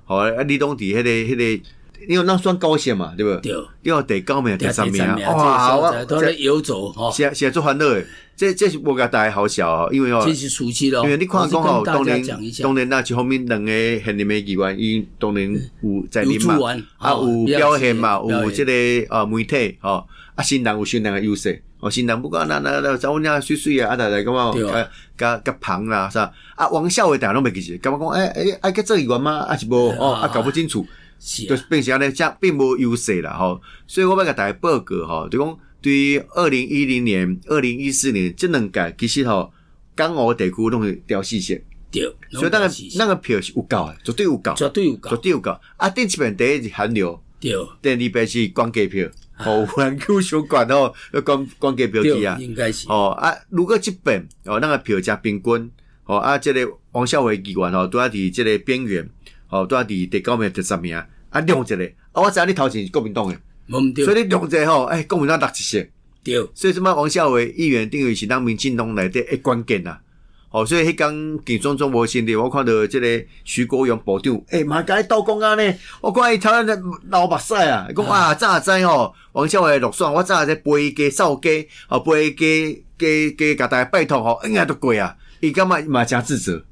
[SPEAKER 1] 吼、啊，你拢伫迄个迄、个，你有咱选高线嘛，对无？
[SPEAKER 2] 对，
[SPEAKER 1] 你有第九名、第
[SPEAKER 2] 第
[SPEAKER 1] 十
[SPEAKER 2] 三
[SPEAKER 1] 名
[SPEAKER 2] 名，
[SPEAKER 1] 啊，哇，
[SPEAKER 2] 哇，我都
[SPEAKER 1] 我
[SPEAKER 2] 在
[SPEAKER 1] 这
[SPEAKER 2] 游走吼，
[SPEAKER 1] 是啊是啊，做烦恼诶，这这是我甲大家好笑哦，因为哦
[SPEAKER 2] 这。是熟悉了。
[SPEAKER 1] 因为你看讲吼，
[SPEAKER 2] 我是跟
[SPEAKER 1] 当
[SPEAKER 2] 大家
[SPEAKER 1] 然
[SPEAKER 2] 讲一下，
[SPEAKER 1] 当然那一方面两个现任的议员，伊当然有在
[SPEAKER 2] 有
[SPEAKER 1] 里嘛
[SPEAKER 2] 助，玩
[SPEAKER 1] 啊有表现嘛，有即
[SPEAKER 2] 个
[SPEAKER 1] 个呃媒体吼，啊新人有新人的优势，哦新人不管哪哪哪，查某囝水水啊，啊大家感觉
[SPEAKER 2] 对啊
[SPEAKER 1] 甲甲甲芳啦，是吧？啊王孝伟大家拢袂记住，感觉讲诶诶，爱去做议员吗？啊是无哦，
[SPEAKER 2] 啊
[SPEAKER 1] 啊搞不清楚，
[SPEAKER 2] 是
[SPEAKER 1] 就
[SPEAKER 2] 啊
[SPEAKER 1] 是变成安尼，这样并无优势啦吼。所以我要甲大家报告吼，就讲对于二零一零年、二零一四年这两届，其实吼港澳地区拢是掉四线，
[SPEAKER 2] 对，
[SPEAKER 1] 所以咱个
[SPEAKER 2] 是
[SPEAKER 1] 咱个票是有够的，绝对有够，
[SPEAKER 2] 绝对有
[SPEAKER 1] 绝
[SPEAKER 2] 搞，
[SPEAKER 1] 对有够。啊，顶一遍第一是韩流，
[SPEAKER 2] 对
[SPEAKER 1] 第二遍是关机票，吼，有人去相关吼，要关关机票去啊
[SPEAKER 2] 对，。应该是
[SPEAKER 1] 哦啊，如果即本哦，咱个票价平均哦啊，即、个王孝伟议员哦，拄啊伫即个边缘哦，拄啊伫第九名、第十名啊，量一个啊，我知影你头前是国民党诶，
[SPEAKER 2] 无毋
[SPEAKER 1] 所
[SPEAKER 2] 对，
[SPEAKER 1] 以你量一个吼，哎、国民党六七成，
[SPEAKER 2] 对，
[SPEAKER 1] 所以即摆王孝伟议员定位是咱民进党内底一关键啦。哦，所以迄工竞选总无成立，我看到即个徐国勇部长，诶、嘛甲伊斗讲啊呢，我看伊头咧流目屎啊，伊讲啊，早知吼，王小伟落选，我早知陪伊加扫街，哦，陪伊加加加甲大家拜托吼，应该都过啊，伊感觉嘛诚自责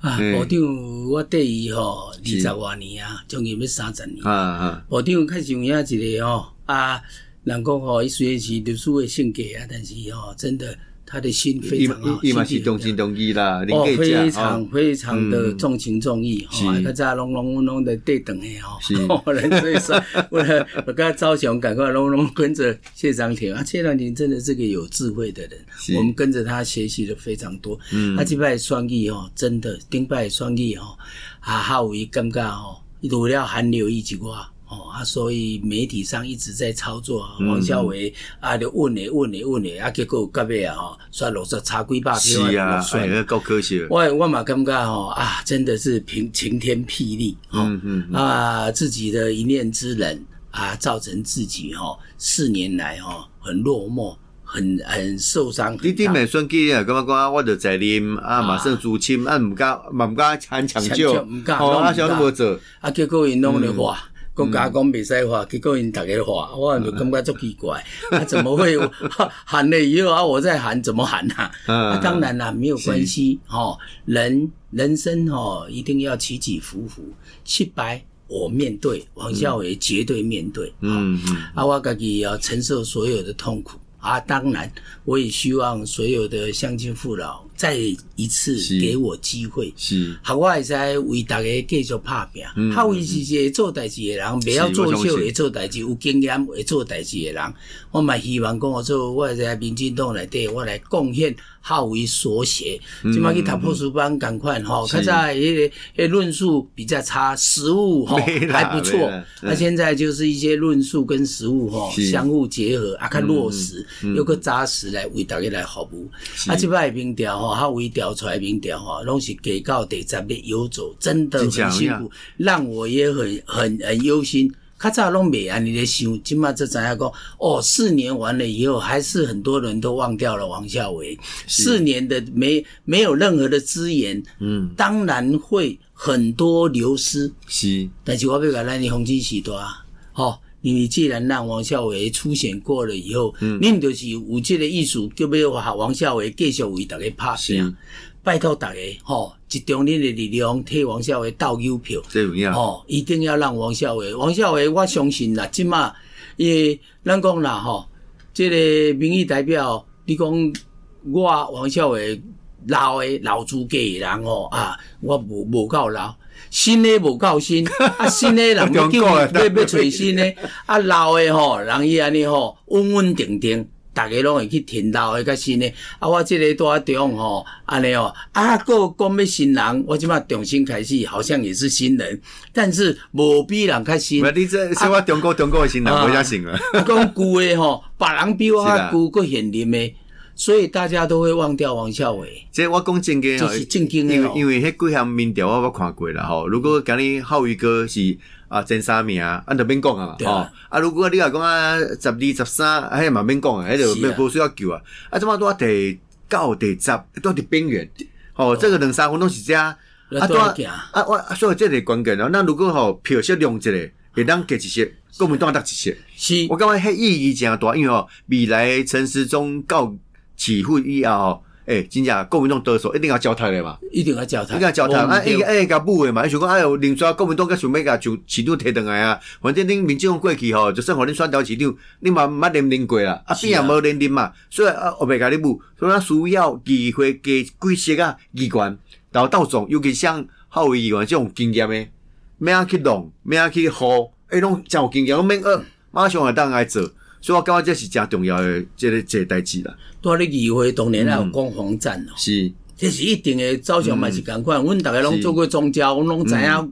[SPEAKER 2] 啊，
[SPEAKER 1] 嗯
[SPEAKER 2] 部长我对伊吼二
[SPEAKER 1] 是
[SPEAKER 2] 十外年啊，将近要三十年
[SPEAKER 1] 啊，啊，
[SPEAKER 2] 部长确实有影一个吼啊，人讲吼，伊虽然是律师的性格啊，但是吼真的他的心非
[SPEAKER 1] 伊
[SPEAKER 2] 常好，
[SPEAKER 1] 伊嘛
[SPEAKER 2] 心
[SPEAKER 1] 是
[SPEAKER 2] 地
[SPEAKER 1] 同
[SPEAKER 2] 很
[SPEAKER 1] 情同义啦，林
[SPEAKER 2] 哦，
[SPEAKER 1] 计
[SPEAKER 2] 非
[SPEAKER 1] 价
[SPEAKER 2] 常
[SPEAKER 1] 哦，
[SPEAKER 2] 非常的
[SPEAKER 1] 嗯
[SPEAKER 2] 重情重义
[SPEAKER 1] 是
[SPEAKER 2] 吼，较早拢拢拢在对等的吼
[SPEAKER 1] 是，
[SPEAKER 2] [laughs] 哦人所以说，我我跟赵雄赶快拢拢跟着谢长廷啊，谢长廷真的是个有智慧的人
[SPEAKER 1] 是，
[SPEAKER 2] 我们跟着他学习的非常多。
[SPEAKER 1] 嗯
[SPEAKER 2] 啊，这摆双语哦，真的顶摆双语哦，啊，还有伊感觉哦，除了韩流以及我。哦啊，所以媒体上一直在操作啊，
[SPEAKER 1] 嗯
[SPEAKER 2] 王孝伟啊，就问你问你问你啊，结果到尾啊，吼，算落煞差几百票
[SPEAKER 1] 是啊，
[SPEAKER 2] 算
[SPEAKER 1] 哎，那够可惜了，
[SPEAKER 2] 我我嘛感觉吼啊，真的是晴晴天霹雳吼、
[SPEAKER 1] 嗯嗯，嗯
[SPEAKER 2] 啊，自己的一念之仁啊，造成自己吼、四年来吼、很落寞，很很受伤。
[SPEAKER 1] 你
[SPEAKER 2] 很
[SPEAKER 1] 顶
[SPEAKER 2] 大
[SPEAKER 1] 面选举啊，感觉讲我着在啉啊，
[SPEAKER 2] 啊
[SPEAKER 1] 嘛算主亲啊，毋敢嘛毋敢喊抢
[SPEAKER 2] 抢
[SPEAKER 1] 救
[SPEAKER 2] 救唔，敢
[SPEAKER 1] 哦，
[SPEAKER 2] 拢
[SPEAKER 1] 啊，
[SPEAKER 2] 唔
[SPEAKER 1] 小都
[SPEAKER 2] 敢
[SPEAKER 1] 无做，
[SPEAKER 2] 啊，结果因拢咧画，
[SPEAKER 1] 嗯
[SPEAKER 2] 国家讲袂使画，结果因逐个画，我就感觉足奇怪，啊，怎么会哈 [laughs] 喊了以后啊，我再喊怎么喊呐、啊？
[SPEAKER 1] 嗯
[SPEAKER 2] 当然啦，没有关系哦，人人生哦，一定要起起伏伏，失败我面对，王孝伟绝对面对，
[SPEAKER 1] 嗯嗯，
[SPEAKER 2] 啊，我自己要承受所有的痛苦啊！当然，我也希望所有的乡亲父老再一次
[SPEAKER 1] 是
[SPEAKER 2] 给我机会。
[SPEAKER 1] 是
[SPEAKER 2] 啊，我会使为大家继续拍拼。
[SPEAKER 1] 嗯
[SPEAKER 2] 啊，为是一个做代志的人，袂晓做秀会做代志，有经验会做代志的人，我嘛希望讲我做，我会在民进党内底，我来贡献好为所学。即摆去读博士班共款吼，
[SPEAKER 1] 嗯是
[SPEAKER 2] 较早迄个迄论述比较差，实务吼
[SPEAKER 1] 没啦
[SPEAKER 2] 还不
[SPEAKER 1] 没
[SPEAKER 2] 错
[SPEAKER 1] 啦。嗯
[SPEAKER 2] 那现在就是一些论述跟实务吼
[SPEAKER 1] 是
[SPEAKER 2] 相互结合，啊，较落实
[SPEAKER 1] 嗯嗯，
[SPEAKER 2] 又较扎实来为大家来服
[SPEAKER 1] 嗯
[SPEAKER 2] 务。啊，即摆的民调吼，较微调出来的民调吼，拢是给到第十日游走，真的很
[SPEAKER 1] 真
[SPEAKER 2] 辛
[SPEAKER 1] 假有
[SPEAKER 2] 苦，让我也很很很忧心。较早拢袂安尼咧想，即摆才知影讲，哦，四年完了以后，还是很多人都忘掉了王孝伟，四年的没没有任何的资源，
[SPEAKER 1] 嗯
[SPEAKER 2] 当然会很多流失。
[SPEAKER 1] 是
[SPEAKER 2] 但是我要甲咱的风景时代，啊吼、你既然让王孝伟出现过了以后，嗯，恁就是有这个意思，就要让王孝伟继续为大家拍
[SPEAKER 1] 是
[SPEAKER 2] 拼，拜托大家，吼、集中恁的力量替王孝伟斗邮票，
[SPEAKER 1] 这有影，
[SPEAKER 2] 吼、哦一定要让王孝伟，王孝伟，我相信啦，即马，诶，咱讲啦，吼、这个民意代表，你讲我王孝伟老的老资格的人哦啊，我无无够老，新的无够新，啊
[SPEAKER 1] [laughs]
[SPEAKER 2] 新的人要
[SPEAKER 1] 中
[SPEAKER 2] 叫
[SPEAKER 1] 国的
[SPEAKER 2] 要要找新的，啊老的吼、人伊安尼吼稳稳定定。大家拢会去填老的甲新的，啊，我即个大中吼，安尼哦，啊，个讲要新人，我即马重新开始，好像也是新人，但是无比人较新。
[SPEAKER 1] 不，你这说我中国中国的新人
[SPEAKER 2] 啊
[SPEAKER 1] 无啥信了，
[SPEAKER 2] 啊讲旧的
[SPEAKER 1] [laughs]
[SPEAKER 2] 吼，别人比我较旧，佫现啉的，所以大家都会忘掉王孝伟。
[SPEAKER 1] 这我讲正经哦
[SPEAKER 2] 这是正经的
[SPEAKER 1] 因为
[SPEAKER 2] 哦
[SPEAKER 1] 因为迄几项民调我我看过啦吼，如果今日浩宇哥是啊前三名，啊就免讲啊嘛
[SPEAKER 2] 对啊
[SPEAKER 1] 吼，啊如果你若讲啊十二十三，迄嘛免讲啊，迄就
[SPEAKER 2] 是啊
[SPEAKER 1] 无无需要救啊，啊即马拄啊第九第十，拄啊伫边缘，吼，
[SPEAKER 2] 哦
[SPEAKER 1] 这个两三分拢是这样。啊，
[SPEAKER 2] 都
[SPEAKER 1] 对
[SPEAKER 2] 要
[SPEAKER 1] 啊
[SPEAKER 2] 行，
[SPEAKER 1] 啊，我啊所以这个关键哦。那如果吼票数量一个，会当加一些，国民党得一些，
[SPEAKER 2] 是
[SPEAKER 1] 我感觉迄意义真大，因为吼未来陈时中到起复以后吼，诶、真正国民党得手一定要交代的嘛，
[SPEAKER 2] 一定要教
[SPEAKER 1] 一
[SPEAKER 2] 他，
[SPEAKER 1] 定要交代
[SPEAKER 2] 忘不
[SPEAKER 1] 啊，
[SPEAKER 2] 掉
[SPEAKER 1] 伊伊甲母的嘛，伊想讲哎呦，另外国民党甲想要甲就市长摕倒来啊，反正恁民进党过去吼，就算互恁选调市长，恁嘛毋捌连任过啦，啊
[SPEAKER 2] 是啊
[SPEAKER 1] 变也无连任嘛，所以啊，后壁甲你母，所以咱需要机会加几些啊议员，然后到总，尤其像好议员这种经验的。咩去弄，咩去好，哎，拢真有经验，拢免学，马上会当来做。所以我感觉这是真重要的，这个这个代志啦。
[SPEAKER 2] 多咧议会当年也
[SPEAKER 1] 嗯
[SPEAKER 2] 有攻防战哦，
[SPEAKER 1] 是，
[SPEAKER 2] 这是一定的走向
[SPEAKER 1] 嗯
[SPEAKER 2] 嘛是共款。阮逐个拢做过宗教，阮拢知影要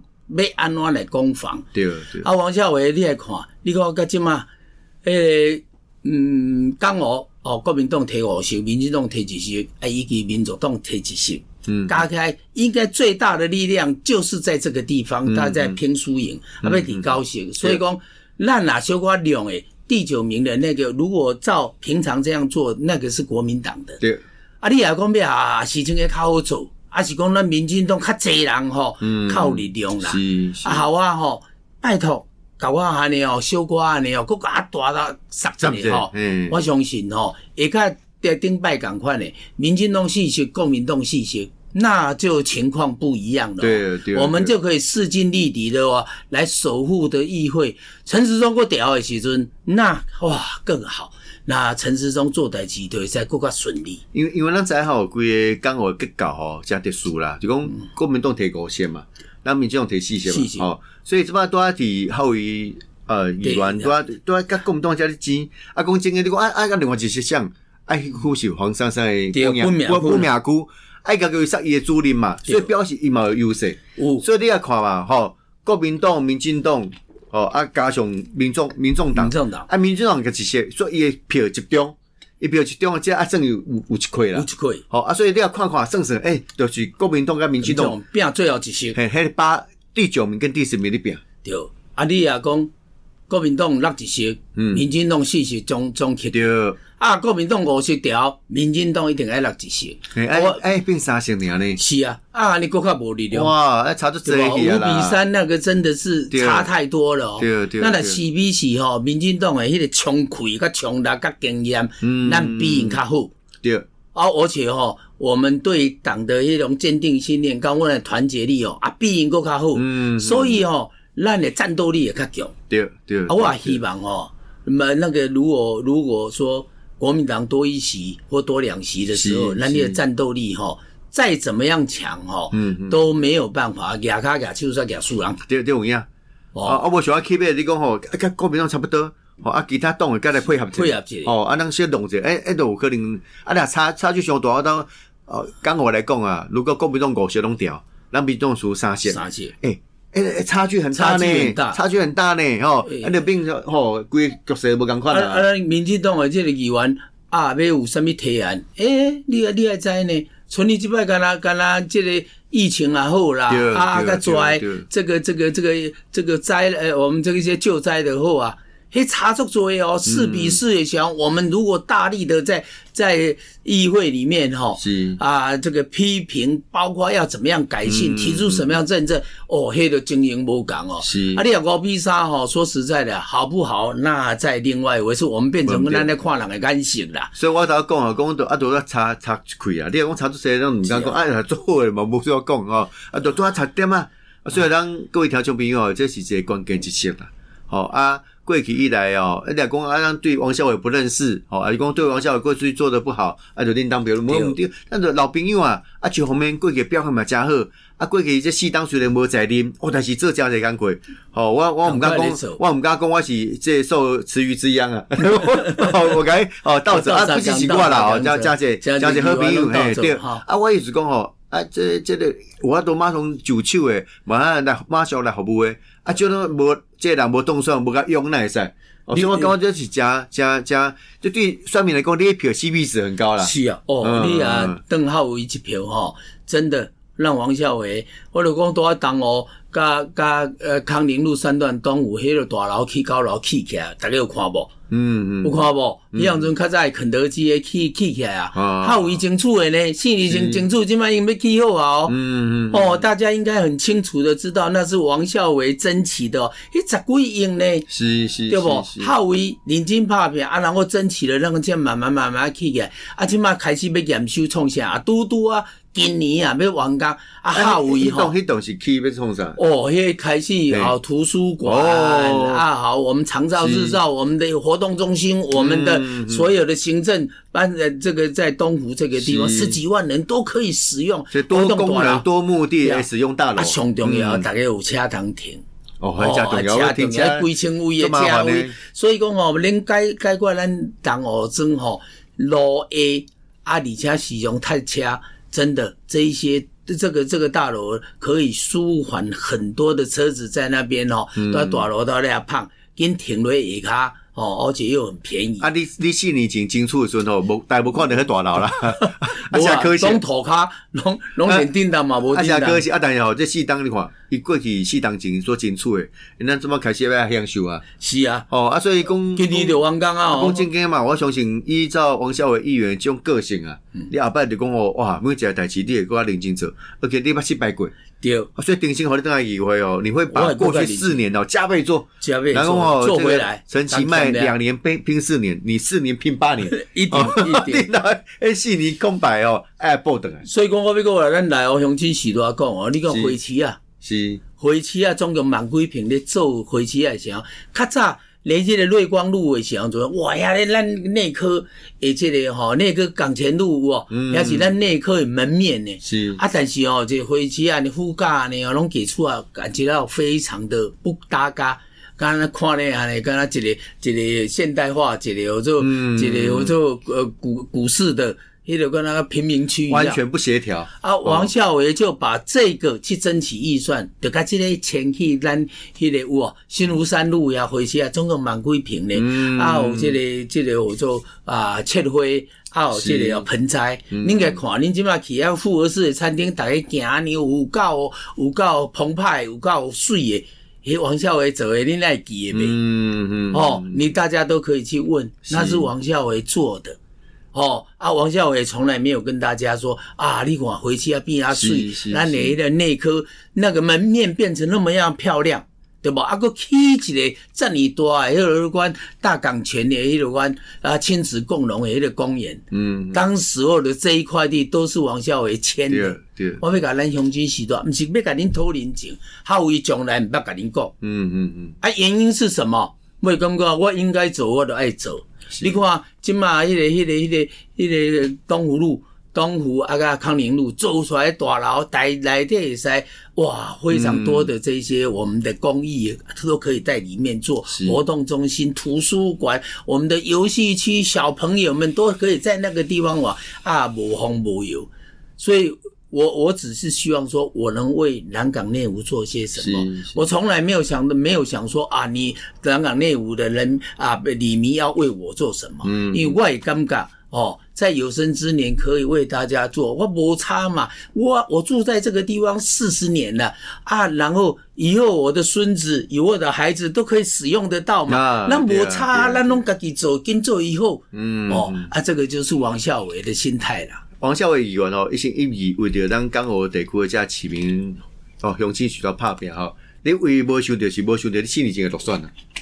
[SPEAKER 2] 安怎来攻防。
[SPEAKER 1] 对对，
[SPEAKER 2] 啊，王孝伟，你来看，你看到即嘛，迄、个嗯，港澳哦，国民党摕五席，民进党摕一席，啊，以及民主党摕一席，
[SPEAKER 1] 嗯
[SPEAKER 2] 加起来应该最大的力量就是在这个地方，
[SPEAKER 1] 嗯
[SPEAKER 2] 大家在拼输赢，啊，要提高席，所以讲，咱若小可量诶，第九名的那个，如果照平常这样做，那个是国民党的。
[SPEAKER 1] 对，
[SPEAKER 2] 啊，你若讲要啊，事情会较好做，啊是讲咱民进党较济人吼，
[SPEAKER 1] 嗯
[SPEAKER 2] 较有力量啦。
[SPEAKER 1] 是是
[SPEAKER 2] 啊，，好啊吼，拜托，甲我安尼哦，小可安尼哦，佫甲我大大塞
[SPEAKER 1] 这
[SPEAKER 2] 一下吼
[SPEAKER 1] 样子嘿，
[SPEAKER 2] 我相信吼，会甲顶顶摆共款的，民进党信息，国民党信息。那就情况不一样了哦，
[SPEAKER 1] 对对
[SPEAKER 2] 我们
[SPEAKER 1] 对
[SPEAKER 2] 就可以势尽力敌的哦，来守护的议会。陈时中过屌的时阵，那哇更好。那陈时中做代志就会再更加顺利。
[SPEAKER 1] 因为因为咱知吼，规个港澳的结构吼，真特殊啦，就讲国民党提五线嘛，咱民进党提四线
[SPEAKER 2] 嗯四
[SPEAKER 1] 嘛，
[SPEAKER 2] 线
[SPEAKER 1] 吼、所以即摆拄啊伫后伊呃议员
[SPEAKER 2] 对
[SPEAKER 1] 拄啊拄啊甲国民党遮咧争，啊讲争诶，你讲啊啊甲另外一些项，啊迄区是黄珊珊诶
[SPEAKER 2] 对本命
[SPEAKER 1] 我
[SPEAKER 2] 区
[SPEAKER 1] 本命区，啊甲伊杀伊诶主任嘛，
[SPEAKER 2] 对
[SPEAKER 1] 所以表示伊嘛有优势，
[SPEAKER 2] 有
[SPEAKER 1] 所以你也看嘛，吼、国民党、民进党，吼、啊加上民众民众党
[SPEAKER 2] 民。众党
[SPEAKER 1] 啊，民进党个一些，所以伊的票集中，伊票集中，即啊算有有有一块
[SPEAKER 2] 有
[SPEAKER 1] 啦
[SPEAKER 2] 一。块，
[SPEAKER 1] 吼啊，所以你要看看算算，诶、就是国民党甲民进
[SPEAKER 2] 民
[SPEAKER 1] 党，
[SPEAKER 2] 众变最后一席。
[SPEAKER 1] 嘿，迄八第九名跟第十名咧拼，
[SPEAKER 2] 对，啊，你也讲国民党六一席，
[SPEAKER 1] 嗯
[SPEAKER 2] 民进党四席总总去。
[SPEAKER 1] 对，
[SPEAKER 2] 啊，国民党五十条，民进党一定爱六一席。
[SPEAKER 1] 嘿，哎
[SPEAKER 2] 我
[SPEAKER 1] 哎变三成尔呢，
[SPEAKER 2] 是啊，啊，你国较无力量。
[SPEAKER 1] 哇，哎差足济
[SPEAKER 2] 对吧？五
[SPEAKER 1] 去啊啦，
[SPEAKER 2] 比三那个真的是
[SPEAKER 1] 对
[SPEAKER 2] 差太多了哦。
[SPEAKER 1] 对对
[SPEAKER 2] 那若
[SPEAKER 1] 对
[SPEAKER 2] 四比四吼，民进党的迄个冲气、甲冲力、甲经验
[SPEAKER 1] 嗯，
[SPEAKER 2] 咱比因较好。
[SPEAKER 1] 对，
[SPEAKER 2] 啊，而且吼、我们对党的迄种坚定信念，跟阮的团结力哦，啊，比因搁较好。
[SPEAKER 1] 嗯
[SPEAKER 2] 所以吼、咱的战斗力也较强。
[SPEAKER 1] 对对，
[SPEAKER 2] 啊，我
[SPEAKER 1] 对
[SPEAKER 2] 也希望哦，那那个如果如果说国民党多一席或多两席的时候，
[SPEAKER 1] 是
[SPEAKER 2] 那你的
[SPEAKER 1] 是
[SPEAKER 2] 战斗力哈、哦，再怎么样强哈、哦，
[SPEAKER 1] 嗯嗯
[SPEAKER 2] 都没有办法压卡压就是压输人
[SPEAKER 1] 对对有影，啊
[SPEAKER 2] 哦。
[SPEAKER 1] 啊，我想要起码你讲吼，啊甲国民党差不多。吼啊，其他党诶，甲来配合者
[SPEAKER 2] 配合者
[SPEAKER 1] 哦，啊，咱小弄者，诶、欸，都有可能，啊，若差差距上大，我当，哦，讲我来讲啊，如果国民党五席拢掉，咱民众输三席，
[SPEAKER 2] 三谢，
[SPEAKER 1] 哎、哎、哎差距很大呢，
[SPEAKER 2] 差距很大
[SPEAKER 1] 差距很大呢，吼、
[SPEAKER 2] 哎
[SPEAKER 1] 啊，你变成吼，规个局势无共
[SPEAKER 2] 啊
[SPEAKER 1] 款
[SPEAKER 2] 啊！
[SPEAKER 1] 啦，
[SPEAKER 2] 咱民进党的这个议员啊，要有什么提案？诶、你你也知呢？像你即摆干啦干啦，这个疫情也好啦
[SPEAKER 1] 对，
[SPEAKER 2] 啊，
[SPEAKER 1] 对
[SPEAKER 2] 较跩
[SPEAKER 1] 对对
[SPEAKER 2] 这个这个这个这个灾，呃，我们这个一些救灾的好啊。嘿，查足作业
[SPEAKER 1] 嗯
[SPEAKER 2] 哦，四比四也行。我们如果大力的在在议会里面哈、哦，
[SPEAKER 1] 是
[SPEAKER 2] 啊，这个批评，包括要怎么样改进，
[SPEAKER 1] 嗯
[SPEAKER 2] 提出什么样政策，哦，黑的经营无讲哦。
[SPEAKER 1] 是
[SPEAKER 2] 啊，你有五比三吼，说实在的，好不好？那在另外一回事，我们变成
[SPEAKER 1] 对
[SPEAKER 2] 咱在看人的感性啦。
[SPEAKER 1] 所以我头先讲啊，讲到啊，都要差差一开啊，你若讲差出些，咱毋敢讲，啊，做好诶嘛，无需要讲吼，啊，都拄啊差点啊，啊所以咱各位听众朋友哦，这是一个关键一切啦，吼、啊，过去以来哦，啊，你若讲啊，咱对王孝伟不认识，吼、啊，伊讲对王孝伟过去做的不好，啊，就另当别论，无
[SPEAKER 2] 对
[SPEAKER 1] 毋对，咱就老朋友啊，啊，一方面过去表现嘛诚好，啊，过去这四当虽然无在啉，哦，但是做诚侪工课，吼、我我毋敢
[SPEAKER 2] 赶快来
[SPEAKER 1] 讲
[SPEAKER 2] 做，
[SPEAKER 1] 我毋敢讲我是这受池鱼之殃啊， [laughs] 我我该哦到。啊，不是习惯啦，哦，加加些加些好朋友，嘿，对。啊，我意思讲吼，啊，这这个我都马上就手诶，马上来马上来服务诶，啊，就都无这人无动算，无甲用那会使。哦，所以我感觉这是加加加，这对选民来讲，你票 CP 值很高啦。
[SPEAKER 2] 是啊，
[SPEAKER 1] 嗯
[SPEAKER 2] 哦，你
[SPEAKER 1] 嗯
[SPEAKER 2] 啊，邓浩伟一票吼，真的让王孝伟，我就讲多当哦，甲甲呃康宁路三段东有迄个大楼起高楼起起来，大家有看无？
[SPEAKER 1] 嗯嗯，
[SPEAKER 2] 有看无？迄当阵较早的肯德基的起起起来
[SPEAKER 1] 啊
[SPEAKER 2] 啊，较有伊争取的呢，四年前争取，即摆已经要起好啊哦。
[SPEAKER 1] 嗯嗯，
[SPEAKER 2] 哦，大家应该很清楚的知道，那是王孝伟争取的、哦，迄十几亿呢，
[SPEAKER 1] 是是，
[SPEAKER 2] 对不？
[SPEAKER 1] 好，
[SPEAKER 2] 孝伟认真拍拼啊，然后争取了，让个钱慢慢慢慢起起来，啊，即马开始要验收创啥啊，拄拄啊，今年啊要完工啊，下位
[SPEAKER 1] 迄
[SPEAKER 2] 吼
[SPEAKER 1] 栋。迄栋是起要创啥？
[SPEAKER 2] 哦，迄开始
[SPEAKER 1] 对
[SPEAKER 2] 好图书馆
[SPEAKER 1] 哦
[SPEAKER 2] 啊，好我们长照日照，我们的活动中心，我们的所有的行政办的这个在东湖这个地方
[SPEAKER 1] 是
[SPEAKER 2] 十几万人都可以使用
[SPEAKER 1] 这，多
[SPEAKER 2] 活动
[SPEAKER 1] 功
[SPEAKER 2] 大
[SPEAKER 1] 能
[SPEAKER 2] 楼
[SPEAKER 1] 多目的
[SPEAKER 2] 对
[SPEAKER 1] 的
[SPEAKER 2] 啊
[SPEAKER 1] 使用大楼，
[SPEAKER 2] 啊，上重要，
[SPEAKER 1] 嗯
[SPEAKER 2] 大家有车通停。啊
[SPEAKER 1] 哦，很加重要，我听起来
[SPEAKER 2] 几千位的
[SPEAKER 1] 这么麻
[SPEAKER 2] 车
[SPEAKER 1] 烦呢
[SPEAKER 2] 位，所以讲哦吼，恁解解决咱同学生吼路的啊，而且使用太车，真的这一些这个这个大楼可以舒缓很多的车子在那边哦，
[SPEAKER 1] 嗯
[SPEAKER 2] 到大楼到那样胖，跟停落下骹哦，而且又很便宜。
[SPEAKER 1] 啊，你你四年前进厝的时阵吼，无大部看到迄大
[SPEAKER 2] [laughs]
[SPEAKER 1] 楼啦，啊，
[SPEAKER 2] 无
[SPEAKER 1] 下可惜，
[SPEAKER 2] 拢涂骹，拢拢连叮当嘛，无
[SPEAKER 1] 啊，
[SPEAKER 2] 叮
[SPEAKER 1] 下
[SPEAKER 2] 当。
[SPEAKER 1] 可惜，啊，但是吼，这四当你看，伊过去四当前所进厝的，咱怎么开始要享受啊？
[SPEAKER 2] 是啊，
[SPEAKER 1] 哦，啊，所以讲，
[SPEAKER 2] 今年就完工啊！
[SPEAKER 1] 啊，
[SPEAKER 2] 哦
[SPEAKER 1] 讲真经嘛，我相信依照王小伟议员这种个性啊，
[SPEAKER 2] 嗯
[SPEAKER 1] 你后摆就讲哦，哇，每一个代志你会搁较认真做，而且你捌失败过，
[SPEAKER 2] 对，
[SPEAKER 1] 啊所以定心和你等下机会哦，你会
[SPEAKER 2] 我
[SPEAKER 1] 把
[SPEAKER 2] 会更
[SPEAKER 1] 过
[SPEAKER 2] 加
[SPEAKER 1] 去
[SPEAKER 2] 认真
[SPEAKER 1] 四年哦加倍做，
[SPEAKER 2] 加倍
[SPEAKER 1] 然后哦，
[SPEAKER 2] 做
[SPEAKER 1] 这
[SPEAKER 2] 回
[SPEAKER 1] 个
[SPEAKER 2] 来，
[SPEAKER 1] 陈其迈
[SPEAKER 2] 当啊天
[SPEAKER 1] 两年拼拼四年，你四年拼八
[SPEAKER 2] [laughs]
[SPEAKER 1] 年，
[SPEAKER 2] 一
[SPEAKER 1] 哦
[SPEAKER 2] 定
[SPEAKER 1] [laughs]
[SPEAKER 2] 一定。
[SPEAKER 1] 定到哎四年空白哦，哎报等来
[SPEAKER 2] 所以讲，我要讲话，咱内湖乡亲时代讲哦，你讲花市啊，
[SPEAKER 1] 是
[SPEAKER 2] 花市啊，总共万几平咧做花市啊的时候，较早连这个瑞光路的时候，就哇呀，咱内科诶，这个吼、内科港前路哦，
[SPEAKER 1] 嗯
[SPEAKER 2] 也是咱内科的门面呢。
[SPEAKER 1] 是
[SPEAKER 2] 啊，但是哦，这花市啊，你副驾呢，拢给出啊，感觉到非常的不搭嘎。敢若看咧安尼，敢若一个一个现代化，一个叫做、
[SPEAKER 1] 嗯
[SPEAKER 2] 一个叫做呃股股市的，迄个跟那个贫民区一样
[SPEAKER 1] 完。全不协调，
[SPEAKER 2] 啊，王孝伟就把这个去争取预算，就甲这个前去咱迄个有哦，新湖山路呀、回去啊，总共万几平咧，
[SPEAKER 1] 嗯
[SPEAKER 2] 啊有这个这个有做啊切花，啊有这
[SPEAKER 1] 是嗯
[SPEAKER 2] 个有盆栽，恁该看恁即马去啊复合式的餐厅，大家行安尼有够哦有够澎湃，有够水的，迄王孝伟做的恁爱记的袂？
[SPEAKER 1] 嗯嗯
[SPEAKER 2] 哦，你大家都可以去问，那是王孝伟做的。哦啊，王孝伟从来没有跟大家说啊，你管回去要变啊水
[SPEAKER 1] 是是，
[SPEAKER 2] 那
[SPEAKER 1] 是
[SPEAKER 2] 你的内科那个门面变成那么样漂亮，对吧？啊，个起一个占你多的迄个关大港泉的迄个关啊，亲子共融的迄个公园，
[SPEAKER 1] 嗯，
[SPEAKER 2] 当时候的这一块地都是王孝伟签
[SPEAKER 1] 对
[SPEAKER 2] 的。
[SPEAKER 1] 对，
[SPEAKER 2] 我要甲咱乡亲时代，毋是要甲恁讨人情，孝伟从来毋捌甲恁讲。
[SPEAKER 1] 嗯嗯嗯，
[SPEAKER 2] 啊，原因是什么？我会感觉我应该做，我就爱做。你看，即马迄个、迄、个、迄、个、迄、个东湖路、东湖啊甲康宁路做出来的大楼，台内底会使哇，非常多的这些我们的公益都可以在里面做
[SPEAKER 1] 是
[SPEAKER 2] 活动中心、图书馆，我们的游戏区，小朋友们都可以在那个地方玩啊，无风无油。所以我我只是希望说，我能为南港内湖做些什么
[SPEAKER 1] 是是。
[SPEAKER 2] 我从来没有想的，没有想说啊，你南港内湖的人啊，李明要为我做什么？
[SPEAKER 1] 嗯
[SPEAKER 2] 因为我也尴尬哦，在有生之年可以为大家做，我摩擦嘛，我我住在这个地方四十年了啊，然后以后我的孙子、以后我的孩子都可以使用得到
[SPEAKER 1] 啊
[SPEAKER 2] 嘛，那
[SPEAKER 1] 对
[SPEAKER 2] 摩
[SPEAKER 1] 啊
[SPEAKER 2] 擦，
[SPEAKER 1] 对啊
[SPEAKER 2] 那弄自己做，跟做以后，
[SPEAKER 1] 嗯
[SPEAKER 2] 哦啊，这个就是王孝伟的心态啦。
[SPEAKER 1] 王孝伟议员哦，一心一意为着咱港澳地区的遮市民哦，乡亲许多拍拼吼。你为无想到是无想到，你四年前就落选了。 [laughs]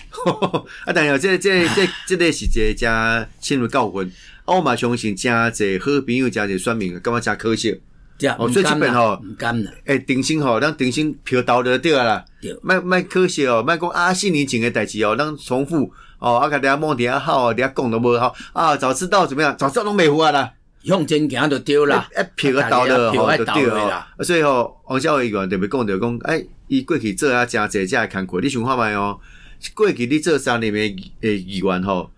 [SPEAKER 1] 啊，但是这这这这个是一个真深入教训。啊，我嘛相信真侪好朋友、真侪选民，感觉真可惜。
[SPEAKER 2] 这样
[SPEAKER 1] 哦所以这边吼
[SPEAKER 2] 唔甘啦，
[SPEAKER 1] 诶，定心哎吼，咱定心票投就对啊啦
[SPEAKER 2] 对，
[SPEAKER 1] 卖卖可惜哦，卖讲啊四年前的代志哦，咱重复哦，啊，甲大家梦底下好，底下讲都无好啊，早知道怎么样，早知道拢袂有啊啦。
[SPEAKER 2] 向前行就对啦，
[SPEAKER 1] 一票哎个投落
[SPEAKER 2] 啊
[SPEAKER 1] 吼，
[SPEAKER 2] 大家
[SPEAKER 1] 就对
[SPEAKER 2] 一票
[SPEAKER 1] 哦
[SPEAKER 2] 要
[SPEAKER 1] 吼
[SPEAKER 2] 投啦。。
[SPEAKER 1] 所以吼，王小伟议员特别讲着讲，哎，伊过去做啊诚济遮个工课，你想看觅哦？过去你做三年的诶议员吼，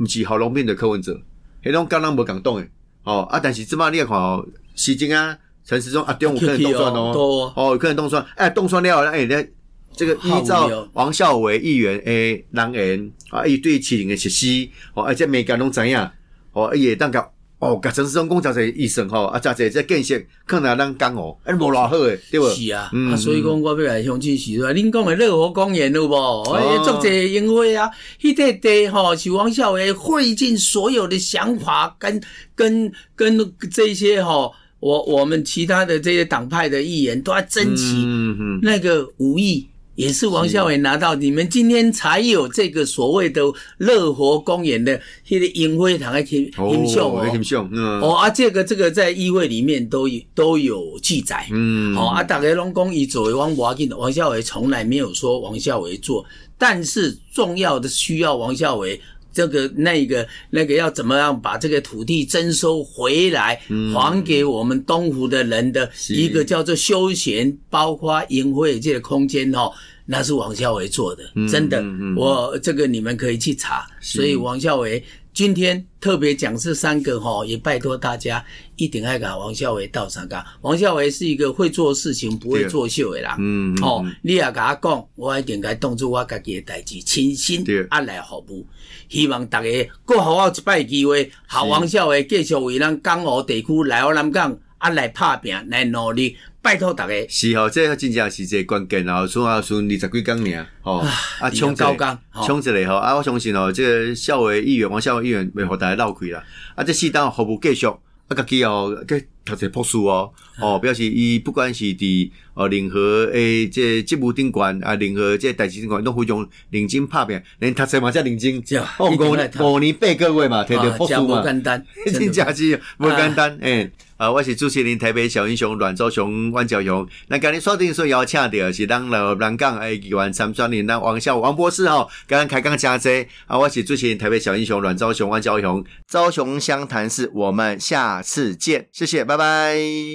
[SPEAKER 1] 毋是郝龙斌的柯文哲，迄种敢若无共党诶。吼啊，但是即摆你来看吼，时间啊，陈时中啊，中有可能动算
[SPEAKER 2] 去去哦多哦
[SPEAKER 1] 哦，哦，有可能动算，哎，动算了，哎，咧。这个依
[SPEAKER 2] 好无聊
[SPEAKER 1] 照王孝伟议员诶人言啊，伊对市情诶实施，吼，而且每间拢知影，吼，伊会当甲哦，甲陈世忠讲真侪医生吼，啊，真侪这建设，可能咱讲哦，啊，无偌好诶，对无？
[SPEAKER 2] 是啊，
[SPEAKER 1] 嗯
[SPEAKER 2] 啊，所以讲我要来乡亲时代，恁讲的乐活公园有无？哦，作者因为啊，迄块地吼是王孝伟会尽所有的想法跟跟跟这些吼，我我们其他的这些党派的议员都在争取
[SPEAKER 1] 嗯嗯，
[SPEAKER 2] 那个五亿也是王孝伟拿到，你们今天才有这个所谓的乐活公园的那个银灰堂的天天秀
[SPEAKER 1] 哦，
[SPEAKER 2] 哦
[SPEAKER 1] 很。像，嗯
[SPEAKER 2] 哦啊，这个这个在议会里面都有都有记载。
[SPEAKER 1] 嗯，
[SPEAKER 2] 哦啊，大家拢讲伊作为王华进，王孝伟从来没有说王孝伟做，但是重要的需要王孝伟这个那个那个要怎么样把这个土地征收回来，
[SPEAKER 1] 嗯
[SPEAKER 2] 还给我们东湖的人的一个叫做休闲，包括淫秽这个空间哦。那是王孝伟做的，真的，
[SPEAKER 1] 嗯嗯
[SPEAKER 2] 我这个你们可以去查。所以王孝伟今天特别讲这三个哈，也拜托大家一定要把王孝伟到上噶。王孝伟是一个会做事情、不会
[SPEAKER 1] 对
[SPEAKER 2] 作秀的人。
[SPEAKER 1] 嗯，嗯
[SPEAKER 2] 哦，，你也甲我讲，我一定甲当做我家己的代志，亲身
[SPEAKER 1] 对
[SPEAKER 2] 啊来服务。希望大家搁互我一摆机会，好王孝伟继续为咱港澳地区、来澳南港啊来拍拼、来努力，拜托大家。
[SPEAKER 1] 是吼，这真正是一个关键啊！剩啊剩二十几工尔，吼啊，冲一
[SPEAKER 2] 高
[SPEAKER 1] 下
[SPEAKER 2] 工吼
[SPEAKER 1] 冲一下吼啊！我相信吼，这个校委议员、王校委议员袂互大家闹开啦。啊，这适当服务继续，啊，家己哦，计读者博士哦，
[SPEAKER 2] 啊
[SPEAKER 1] 哦，表示伊不管是伫哦任何诶这职务顶悬啊，任何这代志顶悬，拢非常认真拍拼，连读册嘛才认真
[SPEAKER 2] 对，
[SPEAKER 1] 哦
[SPEAKER 2] 一定要读
[SPEAKER 1] 五五年八个月嘛，摕着
[SPEAKER 2] 啊
[SPEAKER 1] 博士
[SPEAKER 2] 这
[SPEAKER 1] 嘛
[SPEAKER 2] 不。简单，
[SPEAKER 1] [laughs] 真
[SPEAKER 2] 真的
[SPEAKER 1] 正是无简单诶、啊，我是主持人台北小英雄阮昭雄、阮昭雄。那今日锁定所邀请到的是咱老南港诶议员参选人，咱王孝王博士吼，刚刚开讲真济啊，我是主持人台北小英雄阮昭雄、阮昭雄。昭雄湘潭市，我们下次见，谢谢，拜拜。